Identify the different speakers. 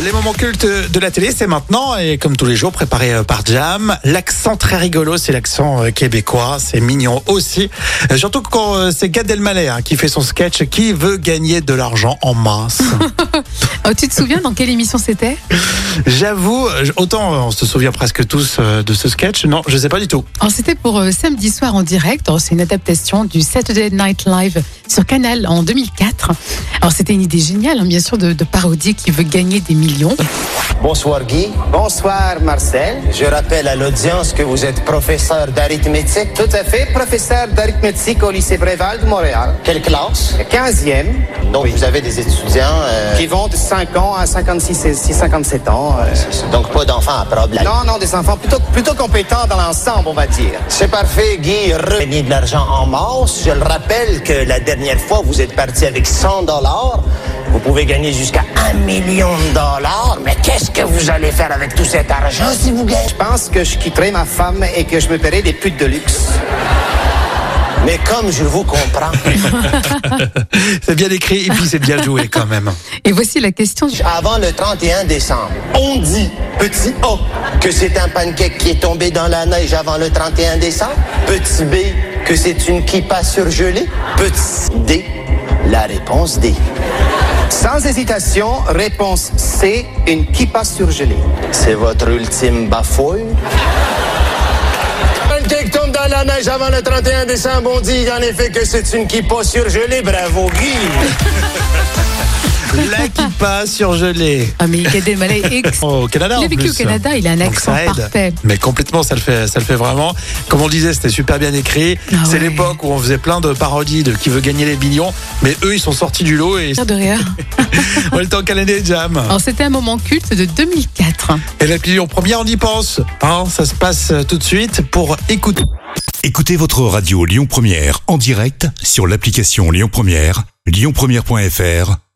Speaker 1: Les moments cultes de la télé, c'est maintenant et comme tous les jours, préparé euh, par Jam. L'accent très rigolo, c'est l'accent euh, québécois, c'est mignon aussi. Euh, Surtout quand euh, c'est Gad Elmaleh hein, qui fait son sketch Qui veut gagner de l'argent en masse
Speaker 2: Oh, tu te souviens dans quelle émission c'était
Speaker 1: J'avoue, euh, autant euh, on se souvient presque tous euh, de ce sketch, non, je sais pas du tout.
Speaker 2: Alors, C'était pour euh, samedi soir en direct. Alors, C'est une adaptation du Saturday Night Live sur Canal en 2004. Alors c'était une idée géniale, hein, bien sûr, de, de parodier qui veut gagner des millions.
Speaker 3: Bonsoir Guy. Bonsoir Marcel. Je rappelle à l'audience que vous êtes professeur d'arithmétique. Tout à fait, professeur d'arithmétique au lycée Bréval de Montréal.
Speaker 4: Quelle classe
Speaker 3: 15e,
Speaker 4: Donc vous avez des étudiants, euh,
Speaker 3: qui vont de 5 ans à 56 et 57 ans. euh.
Speaker 4: donc pas d'enfants à problème.
Speaker 3: Non, non, des enfants plutôt, plutôt compétents dans l'ensemble, on va dire.
Speaker 4: C'est parfait, Guy, regagner de l'argent en masse. Je le rappelle que la dernière fois, vous êtes parti avec 100 dollars. Vous pouvez gagner jusqu'à 1 million de dollars. Mais qu'est-ce que vous allez faire avec tout cet argent si vous gagnez
Speaker 3: Je pense que je quitterai ma femme et que je me paierai des putes de luxe.
Speaker 4: Mais comme je vous comprends,
Speaker 1: C'est bien écrit et puis c'est bien joué quand même.
Speaker 2: Et voici la question. du-
Speaker 4: avant le 31 décembre, on dit, petit A, que c'est un pancake qui est tombé dans la neige avant le 31 décembre, petit B, que c'est une kippa surgelée, petit D, la réponse D.
Speaker 3: Sans hésitation, réponse C, une kippa surgelée.
Speaker 4: C'est votre ultime bafouille. Pancake tombe dans la neige avant le 31 décembre, on dit en effet que c'est une kippa surgelée, bravo Guy.
Speaker 1: La kippa surgelée.
Speaker 2: Ah, mais Gad Elmaleh est ex-
Speaker 1: Au Canada,
Speaker 2: Il a
Speaker 1: en
Speaker 2: vécu
Speaker 1: plus.
Speaker 2: au Canada, il a un
Speaker 1: Donc,
Speaker 2: accent
Speaker 1: ça aide.
Speaker 2: parfait.
Speaker 1: Mais complètement, ça le fait, ça le fait vraiment. Comme on disait, c'était super bien écrit.
Speaker 2: Ah
Speaker 1: c'est
Speaker 2: ouais.
Speaker 1: l'époque où on faisait plein de parodies de qui veut gagner les millions, mais eux, ils sont sortis du lot et
Speaker 2: Rire de rire. bah.
Speaker 1: on est en Canada Jam.
Speaker 2: Alors c'était un moment culte de 2004.
Speaker 1: Et la Lyon première, on y pense. Hein, ça se passe tout de suite pour écouter.
Speaker 5: Écoutez votre radio Lyon Première en direct sur l'application Lyon Première, lyonpremière.fr